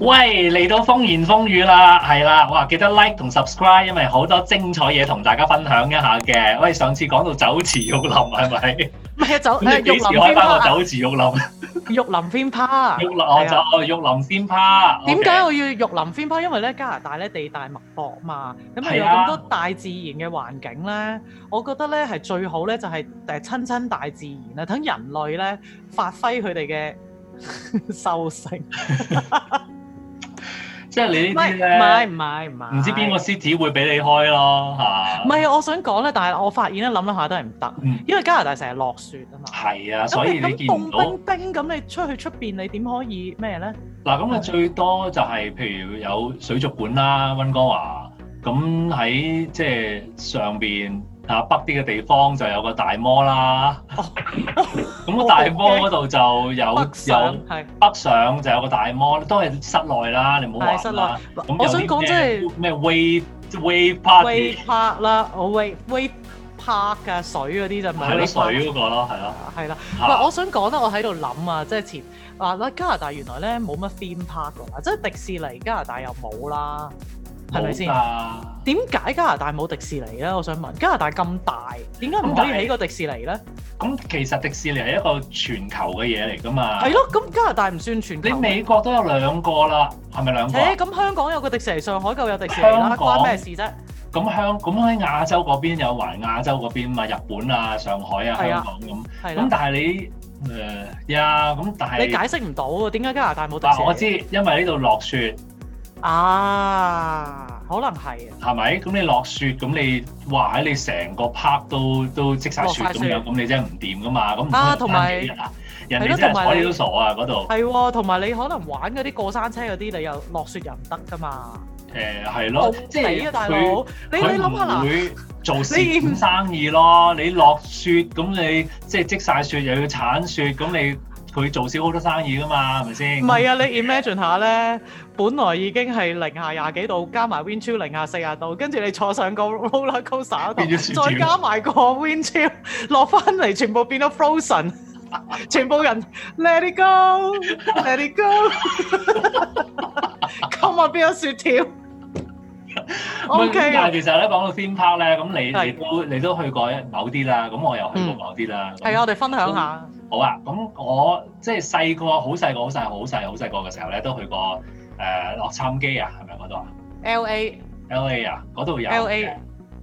喂，嚟到風言風語啦，係啦，哇，記得 like 同 subscribe，因為好多精彩嘢同大家分享一下嘅。喂，上次講到酒池肉林係咪？唔係啊，咁走誒你 幾時玉林開偏翻個趴，酒池肉林？玉林偏趴，玉林我係啊就玉林先趴。點 OK 解我要玉林偏拋？因為咧加拿大咧地大物博嘛，咁啊係有啊咁多大自然嘅環境咧，我覺得咧係最好咧就係誒親親大自然啦，等人類咧發揮佢哋嘅 獸性。即係你唔呢係啲唔係咧，唔係唔係，唔知邊個 city 會俾你開咯嚇唔。係，啊我想講咧，但係我發現咧諗諗下都係唔得，嗯因為加拿大成日落雪啊嘛。係啊，咁所以你咁見唔到。凍冰冰咁，你出去出邊你點可以咩咧？嗱，咁嗯你最多就係譬如有水族館啦，温哥華，咁喺即係上邊啊北啲嘅地方就有個大摩啦。哦 咁個大摩嗰度就有北上有係北上就有個大摩，都係室內啦，你唔好係室話內啦。。咁我有想啲講即係。咩咩 wave wave wave party park 啦，我 wave wave park 啊，水嗰啲就唔係係咯 wave park 水嗰個咯，啊係咯係啦，唔嚇係我想講咧，我喺度諗啊，即係前啊啦，加拿大原來咧冇乜 theme park 㗎，即係迪士尼加拿大又冇啦，係咪先冇？㗎點解加拿大冇迪士尼咧？我想問，加拿大咁大，點解唔可以起個迪士尼咧？咁其實迪士尼係一個全球嘅嘢嚟㗎嘛係。咯，咁加拿大唔算全球啊你嘅。美國都有兩個啦，係咪兩個啊？誒咁香港有個迪士尼，上海夠有迪士尼啦，香港關咩事啫？咁香咁喺亞洲嗰邊有環亞洲嗰邊嘛，日本啊、上海啊、係啊香港咁。係咁啦但，係你誒呀，咁但你係解釋唔到喎，點解加拿大冇迪士嗱，尼？我知，因為呢度落雪啊，可能係啊。係咪？咁你落雪，咁你哇喺你成個 park 都都積晒雪落咁晒雪樣，咁你真係唔掂噶嘛？咁唔啊通同埋慳幾日啊人係咯哋真係同埋睬你你都傻啊！嗰度係喎，同埋你可能玩嗰啲過山車嗰啲，你又落雪又唔得噶嘛，誒係好咯，哦即地係啊大佢。佬！你佢你諗下唔嗱，會做蝕本生意咯。你落雪咁你即係積晒雪又要鏟雪，咁你佢做少好多生意噶嘛，係咪先？唔係啊，你 imagine 下咧，本來已經係零下廿幾度，加埋 wind chill 零下四十度，跟住你坐上個 roller coaster 嗰變咗雪度，條再加埋個 wind chill 落翻嚟，全部變咗 frozen，全部人 let it go，let it go，今日變咗雪條。咁 O K 但啊係，其實咧講到 theme park 咧，咁係你你都你都去過某啲啦，咁我又去過某啲啦。係啊，我哋分享下。好啊，咁我即係細個好細個好細個好細個好細個嘅時候咧，都去過誒洛杉磯啊，係咪嗰度啊 L A ？L A 啊，嗰度有 L 嘅 A，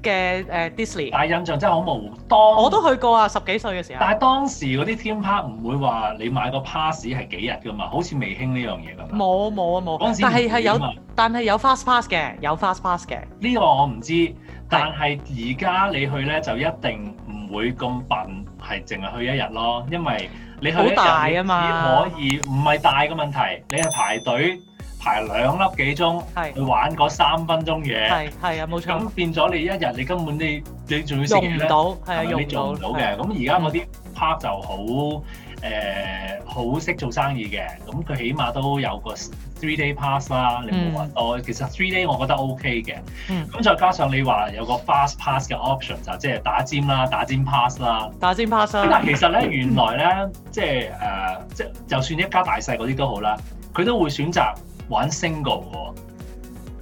嘅誒 Disney，但係印象真係好模糊。當我都去過啊，十幾歲嘅時候但。係當時嗰啲 theme park 唔會話你買個 pass 係幾日噶嘛，好似未興呢樣嘢咁。冇冇啊嗰陣冇，時唔但係係會㗎有，嘛但係有 fast pass 嘅，有 fast pass 嘅，呢個我唔知，但係而家你去咧就一定唔會咁笨，係淨係去一日咯，因為你去一好大啊日嘛你只可以唔係大嘅問題，你係排隊排兩粒幾鐘係去玩嗰三分鐘嘢，係係啊，冇錯咁，變咗你一日你根本你你仲要星期用唔咧。到，係啊，係咪用你做唔到係嘅？咁而家嗰啲 park 就好誒，好識做生意嘅。咁佢起碼都有個 three day pass 啦，你冇話多。其實 three day 我覺得 OK 嘅。嗯咁再加上你話有個 fast pass 嘅 option 就即係打尖啦，打尖 pass 啦。打尖 pass 咁啊，但係其實咧，原來咧，即係誒，即係就算一家大細嗰啲都好啦，佢都會選擇玩 single 嘅喎。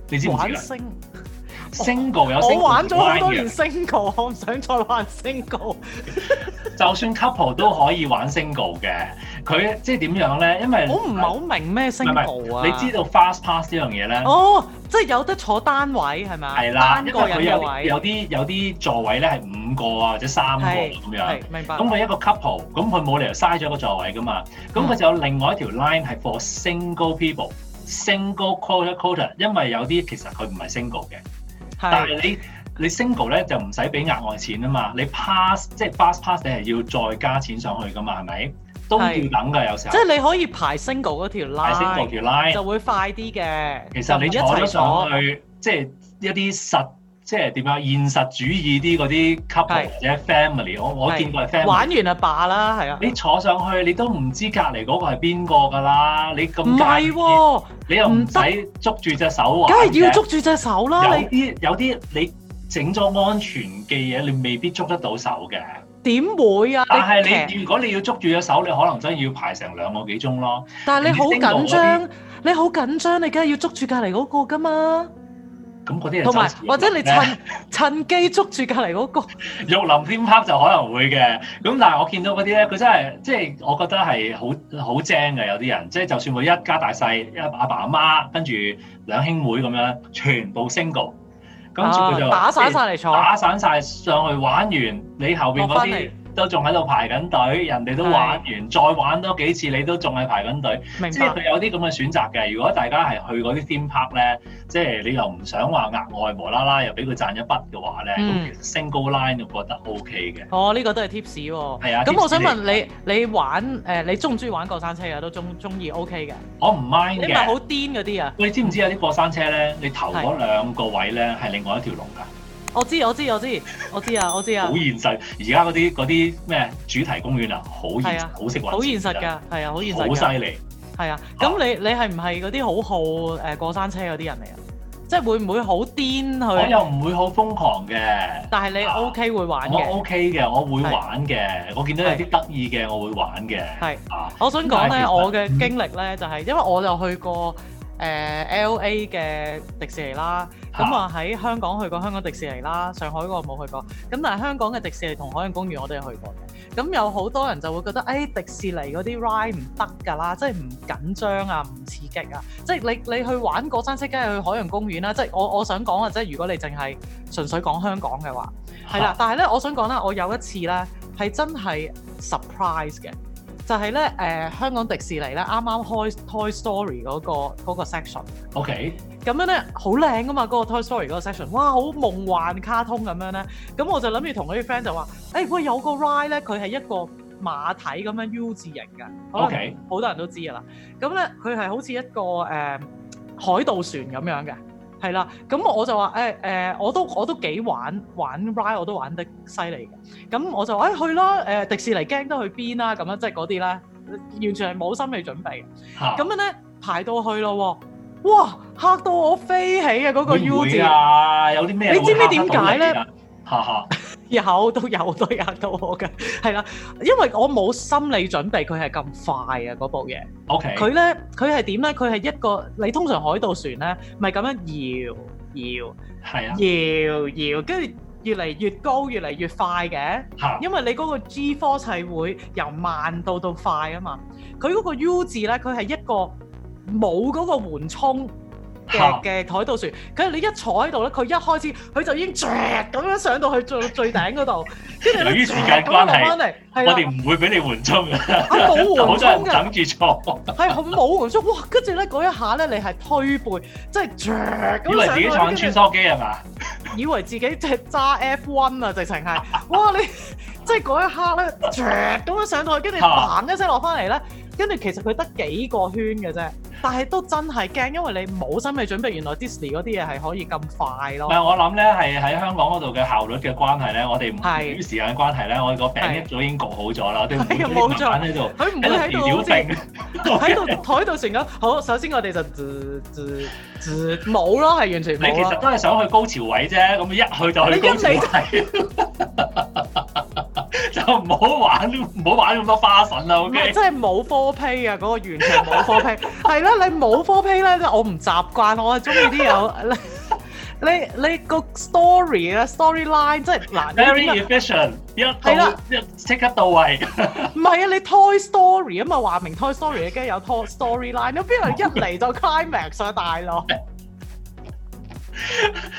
你知唔啊知玩啊 single， ？single 有 single 我玩咗好 wine 多嘅年 single，我唔 想再玩 single，就算 couple 都可以玩 single 嘅，佢即係點樣咧？因為我唔係好明咩 single 啊，你知道 fast pass 呢樣嘢咧，哦，即係有得坐單位係咪？係啦，單因為個佢人有嘅啲位，有啲有啲座位咧係五個啊或者三個係咁樣。係明白咁，佢一個 couple，咁佢冇理由嘥咗個座位噶嘛。咁嗯佢就有另外一條 line 係 for single people。single quota quota，因為有啲其實佢唔係 single 嘅，但係係你你 single 咧就唔使俾額外錢啊嘛，你 pass 即係 fast pass 你係要再加錢上去噶嘛，係咪？都要係等㗎有時候即。係你可以排 single 嗰條大升度 line。條 line，就會快啲嘅。其實你就坐唔一齊咗上坐，去，即係一啲實，即係點樣現實主義啲嗰啲 couple 係或者 family，我我係見過係 family。玩完就罷啦，係啊。你坐上去，你都唔知隔離嗰個係邊個㗎啦，你咁唔係介意，喎，你又唔使捉住隻手玩梗嘅係要捉住隻手啦，有啊你啲有啲你整咗安全嘅嘢，你未必捉得到手嘅。點會啊？但係劇你如果你要捉住隻手，你可能真係要排成兩個幾鐘咯。但係你你好 single 緊張，你好緊張，你梗係要捉住隔離嗰個噶嘛，咁嗰啲人同埋就或者 你趁趁機捉住隔離嗰個，玉林天拍就可能會嘅，咁但係我見到嗰啲咧，佢真係即係我覺得係好好精嘅有啲人，即係就算佢一家大細，一阿爸阿媽跟住兩兄妹咁樣，全部 single，跟住佢就哎啊打散即係晒嚟坐，打散晒上去玩完，你後邊落嗰返嚟啲都仲喺度排緊隊，人哋都係玩完，再玩多幾次你都仲係排緊隊。明即係白？佢有啲咁嘅選擇嘅。如果大家係去嗰啲 theme park 咧，即係你又唔想話額外無啦啦又俾佢賺一筆嘅話咧，咁、嗯其實 single line 我覺得 OK 嘅。哦，呢個都係 tips 喎。係啊，咁我想問你，你，你玩誒、你中唔中意玩過山車啊？都中中意 OK 嘅，我唔 mind 你咪好嘅。癲嗰啲啊！喂，你知唔知有啲過山車咧？你頭係嗰兩個位咧係另外一條龍㗎，我知我知我知我知啊我知啊好，現實。而家嗰啲嗰啲咩主題公園啊，好現係實啊，好識揾好現實錢㗎，㗎，係啊，好現實好㗎，犀利。係啊。咁你你係唔係嗰啲好好誒過山車嗰啲人嚟啊？即係會唔會好我癲去？又唔會好瘋狂嘅。但係你啊 OK 會玩我嘅。 OK 嘅，我會玩嘅。我見到有啲得意嘅，我會玩嘅。係啊，我想講但係咧，其實我嘅經歷咧就係、因為我就去過誒、L A 嘅迪士尼啦，咁嚇啊喺香港去過香港迪士尼啦，上海嗰個冇去過，咁但係香港嘅迪士尼同海洋公園我都有去過嘅，咁有好多人就會覺得誒、哎迪士尼嗰啲 ride 唔得㗎啦，即係唔緊張啊，唔刺激啊，即係你你去玩過山車，梗係去海洋公園啦，即係我我想講啊，即係如果你淨係純粹講香港嘅話，係啦，但係咧我想講啦，我有一次咧係真係 surprise 嘅。就係咧，誒、香港迪士尼咧，啱啱開 Toy Story 嗰、個嗰個 section， ，OK。咁樣咧好靚噶嘛，嗰、個 Toy Story 嗰個 section，哇，好夢幻卡通咁樣咧，咁我就諗住同佢啲 friend 就話，誒、喂，有個 ride 咧，佢係一個馬蹄咁樣 U 字形嘅，可 O 能 K，好多人都知噶啦，咁咧佢係好似一個誒、嗯海盜船咁樣嘅。係啦，咁我就話誒誒，我都我都幾玩玩 ride，我都玩得犀利嘅。咁我就話誒、哎去啦，誒、迪士尼驚得去邊啦，咁樣即係嗰啲咧，完全係冇心理準備嘅。嚇咁樣咧排到去咯喎，哇嚇到我飛起啊！嗰、個會唔 U 會字啊，有啲咩？你知唔知點解咧？啊哈哈，有都有都嚇到我嘅， 係啦，因為我冇心理準備，佢係咁快啊嗰部嘢。 O K，佢咧佢係點咧？佢係一個你通常海盜船咧，咪咁樣搖搖係啊，搖搖，跟住越嚟越高，越嚟越快嘅。嚇因為你嗰個 G force 係會由慢到到快啊嘛。佢嗰個 U 字咧，佢係一個冇嗰個緩衝嚇嘅嘅台度船，佢係你一坐喺度咧，佢一開始佢就已經咁樣上到去最 最頂嗰度，跟住由於咧時間關係翻嚟，係我啦哋，唔會俾你緩衝嘅，啊冇好緩多人衝嘅，等住坐，係好冇緩衝，哇！跟住咧嗰一下咧，你係推背，即係以咁為自己坐緊上去穿跟住梭機係嘛？以為自己即係揸 F one 啊，直情係，哇！你即係嗰一刻咧，咁樣上到去，跟住嚇嘭一聲落翻嚟咧，跟住其實佢得幾個圈嘅啫，但係都真係驚，因為你冇心理準備，原來 Disney 嗰啲嘢係可以咁快唔咯。係我諗咧，係喺香港嗰度嘅效率嘅關係咧，我哋唔係由於時間關係咧，我哋個餅係一早已經焗好咗啦，我哋唔係啊會冇俾錯你慢慢喺度佢唔會喺喺度度好調似定，喺度台度成咁，好，首先我哋就嗞嗞嗞冇咯，係完全你其冇實咯。都係想去高潮位啫，咁一去就去高潮位， 就唔好玩唔好玩咁多花神啦唔係，OK？真係冇科批啊！嗰、個完全冇科 批，係啦，你冇科批咧，我唔習慣，我係中意啲有 你你個 story 啊 storyline 即係嗱，你 Very 點解啊 efficient，一係到啦一即刻到位。唔係啊，你 Toy Story 啊嘛，話明 Toy Story 你梗係有 Toy Storyline，咁邊度一嚟就 climax 啊，大佬！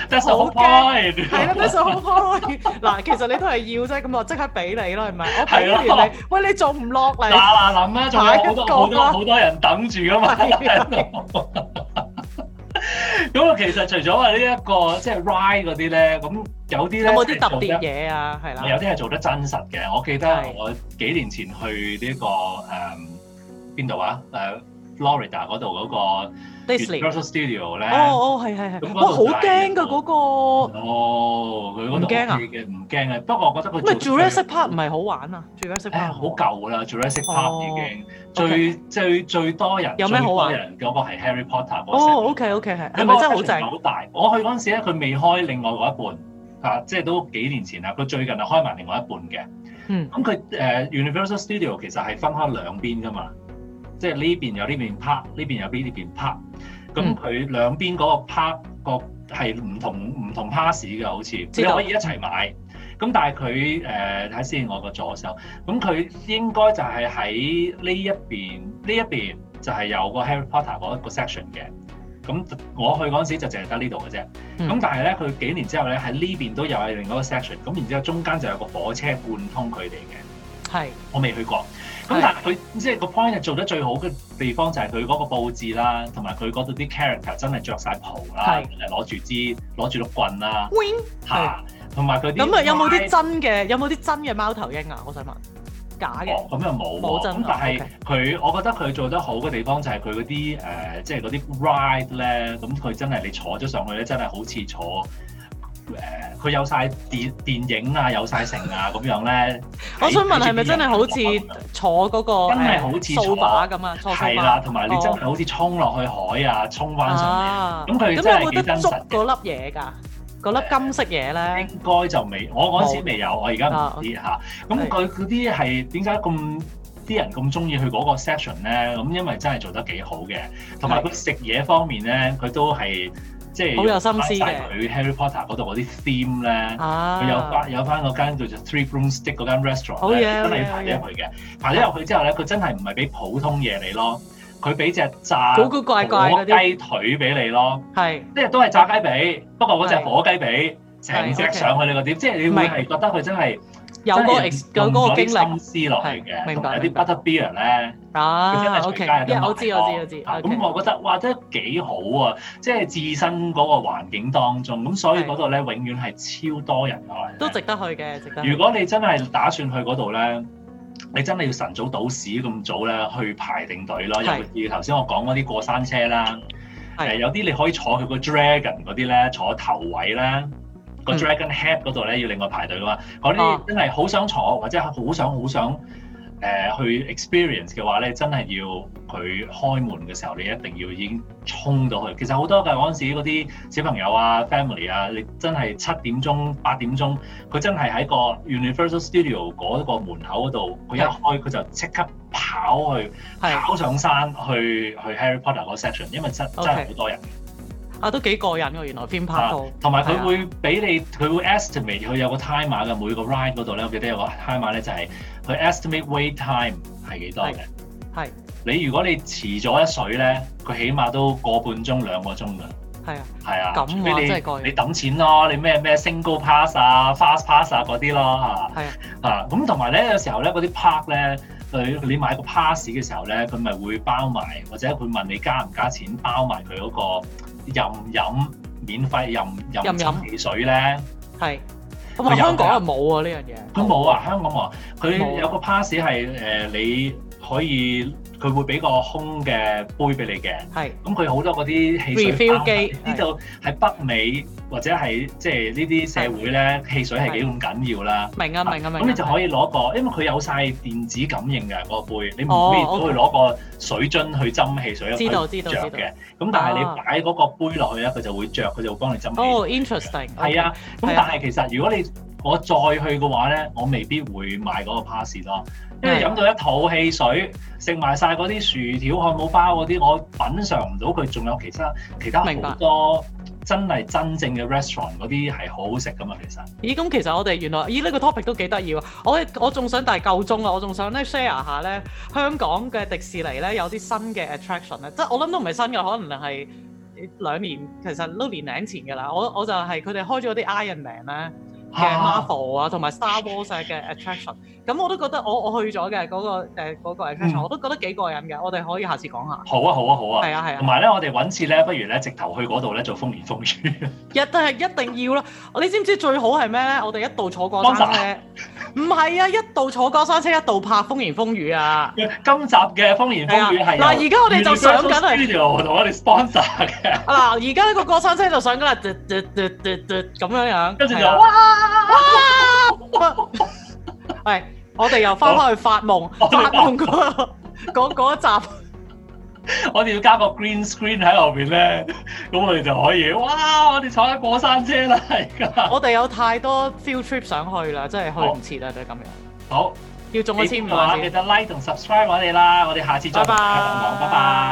That's the whole 好驚 point。係啦，都想好開嗱，其實你都係要啫，咁啊我即刻俾你啦，係咪？我係咯俾完你，喂，你仲唔落嗱 嚟？嗱臨啦，仲有好多下一個啦好多好多人等住噶嘛。係啊咁啊，其實除咗話呢一個即係 ride 嗰啲咧，咁有啲咧有冇啲係特別做得嘢啊？係啦，有啲係做得真實嘅。我記得係我幾年前去呢個誒邊度啊？誒 Florida 嗰度嗰個 Disney。 Universal Studio 咧。哦哦，係咁係嗰度係，哇，好就係有驚㗎嗰個。哦，佢嗰度唔驚啊 OK 嘅，唔驚嘅。不過我覺得佢喂做得，Jurassic Park 唔係好玩啊，Jurassic 誒 Park 好舊啦，Jurassic Park 已經最哦 OK 最最多人有咩好玩最多人嗰個係 Harry Potter 嗰哦個 set。 ，OK OK 係，佢係嗰咪個真係好 section 正？好大。我去嗰陣時咧，佢未開另外嗰一半啊，即係都幾年前啦。佢最近係開埋另外一半嘅。嗯咁佢誒 Universal Studio 其實係分開兩邊噶嘛，即係呢邊有呢邊 part，呢邊有呢邊 part。咁嗯佢兩邊嗰個 part 個係唔同唔同 pass 嘅，好似知你道可以一齊買。咁但係佢誒睇先我個左手，咁佢應該就係喺呢一邊呢一邊就係有個 Harry Potter 嗰一個 section 嘅。咁我去嗰陣時就淨係得呢度嘅啫。嗯咁但係咧，佢幾年之後咧喺呢邊都有係另一個 section，咁然之後中間就有個火車貫通佢哋嘅。係我未去過。咁係但係佢即係個 point 係做得最好嘅地方就係佢嗰個佈置啦，同埋佢嗰度啲 character 真係着晒袍啦係，攞住支攞住碌棍啦， Wing 嚇，同埋佢啲咁啊，有冇啲 ride- 真嘅？有冇啲真嘅貓頭鷹啊？我想問，假嘅哦咁又冇冇啊喎，真咁但係佢，我覺得佢做得好嘅地方就係佢嗰啲誒，即係嗰啲 ride 咧，咁佢真係你坐咗上去咧，真係好似坐誒，佢、有晒電電影啊，有晒成啊咁樣咧。我想問係咪睇真係好睇住啲人似坐嗰個啊真係誒好似掃坐把咁啊？坐係掃啦，把同埋你真係好似衝落去海啊，衝翻上啊！咁佢真係咁有冇幾真得實捉嘅嗰粒嘢㗎？嗰粒金色嘢嚟，咧？應該就未，我嗰陣時未有，我而家唔知嚇。咁啊係佢嗰啲係點解咁啲人咁中意去嗰個 section 咧？咁因為真係做得幾好嘅，同埋佢食嘢方面咧，佢都係即係好有心思嘅用返晒佢 Harry Potter 嗰度嗰啲 theme 咧。啊！佢有翻有翻嗰間叫做 Three Broomstick 嗰間 restaurant 好嘢咧，真係好排嘢咗入去嘅。排咗入去之後咧，佢真係唔係俾普通嘢你咯，佢俾只炸古古怪怪火嗰啲，雞腿俾你咯，係即係都係炸雞髀，不過嗰只係火雞髀成係隻，OK 上去你個碟，即係你會係覺得佢真係有嗰個真 ex 係有嗰用咗個經啲歷心思落去嘅，係明白同埋明啲白 butter beer 咧，佢真啊係隨！OK，街有得賣因為我知我知我知啊，OK 咁我覺得哇，真係幾好啊！即係置身嗰個環境當中，咁所以係嗰度咧永遠係超多人啊落嚟嘅。都值得去嘅，值得去。如果你真係打算去嗰度咧，你真係要晨早倒市咁早咧去排定隊咯。係尤其是頭先我講嗰啲過山車啦，係誒有啲你可以坐佢個 dragon 嗰啲咧，坐頭位咧，個嗯 dragon head 嗰度咧要另外排隊噶嘛。嗰哦啲真係好想坐或者係好想好想誒、呃去 experience 嘅話咧，真係要佢開門嘅時候，你一定要已經衝到去。其實好多嘅嗰陣時嗰啲小朋友啊、family 啊，你真係七點鐘、八點鐘。佢真係喺個 Universal Studio 嗰個門口嗰度，佢一開佢就即刻跑去係跑上山去去 Harry Potter 嗰 section，因為真真 OK 係好多人，啊，都幾過癮喎！原來 film park 啊度，同埋係佢啊會俾你佢會 estimate 佢有個 timer 嘅每個 ride 嗰度咧，我記得有個 timer 咧就係佢 estimate wait time 係幾多嘅。係你如果你遲咗一水咧，佢起碼都個半鐘兩個鐘㗎。係啊，係啊，咁除哇非你真係過癮你抌錢咯，你咩咩 single pass 啊、fast pass 啊嗰啲咯嚇。係啊，咁同埋咧，有時候咧嗰啲 park 咧，佢你買個 pass 嘅時候咧，佢咪會包埋，或者佢問你加唔加錢，包埋佢嗰個任飲免費 任任任飲飲汽水咧。係。咁佢啊，有香港又冇喎呢樣嘢。佢冇啊，香港冇啊，冇佢有個 pass 係誒、你可以佢會俾個空嘅杯俾你嘅。係咁佢好多嗰啲汽水 Refill 包機呢度喺北美或者係即係呢啲社會咧，汽水係幾咁緊要啦。明啊明啊明啊。咁你就可以以攞個，因為佢有晒電子感應嘅嗰個杯，你唔哦可以都 OK 去攞個水樽去斟汽水，知道知去道着知道嘅。咁但係啊你擺嗰個杯落去咧，佢就會着，佢就會幫你斟汽哦，interesting。水。係啊，咁係啊但係其實如果你我再去嘅話咧，我未必會買嗰個 pass 咯，因為係飲到一肚汽水，食埋晒嗰啲薯條、漢堡包嗰啲，我品嚐唔到佢仲有其他其他明白好多真係真正嘅 restaurant 嗰啲係好好食噶嘛，其實咦，咁其實我哋原來，咦呢、個 topic 都幾得意喎！我我仲想但係夠鐘啦，我仲想咧 share 下咧香港嘅迪士尼咧有啲新嘅 attraction 啊咧，即係我諗都唔係新嘅，可能係兩年其實都年零前㗎啦。我我就係佢哋開咗啲 Iron Man 咧嘅 Marvel 啊，同埋 Star Wars 啊嘅 attraction。咁我都覺得我我去咗嘅嗰個誒嗰、個 attraction，、嗯我都覺得幾過癮嘅。我哋可以下次講下。好啊好啊好啊，係啊係同啊，埋咧我哋揾次咧，不如咧直頭去嗰度咧做風言風語，一定係一定要啦！你知唔知最好係咩咧？我哋一度坐過山車，唔係啊，一度坐過山車，一度拍風言風語啊！ 今集嘅風言風語係嗱，而家我哋就上緊啊係嚟 studio 同我哋 sponsor 嘅，嗱，而家呢個過山車就上緊啦，嘟嘟嘟嘟嘟咁樣樣，跟住就係啊哇，哇係我哋又翻返去發夢， 我哋發夢嗰個嗰嗰一集，我哋要加個 green screen 喺後邊咧，咁我哋就可以，哇！我哋坐緊過山車啦，而家。我哋有太多 field trip 想去啦，真係去唔切啦，就係咁樣。好，要中咗喜千歡五嘅話啊！啊記得 like 同 subscribe 我哋啦，我哋下次再拜啊同大家講講，拜拜。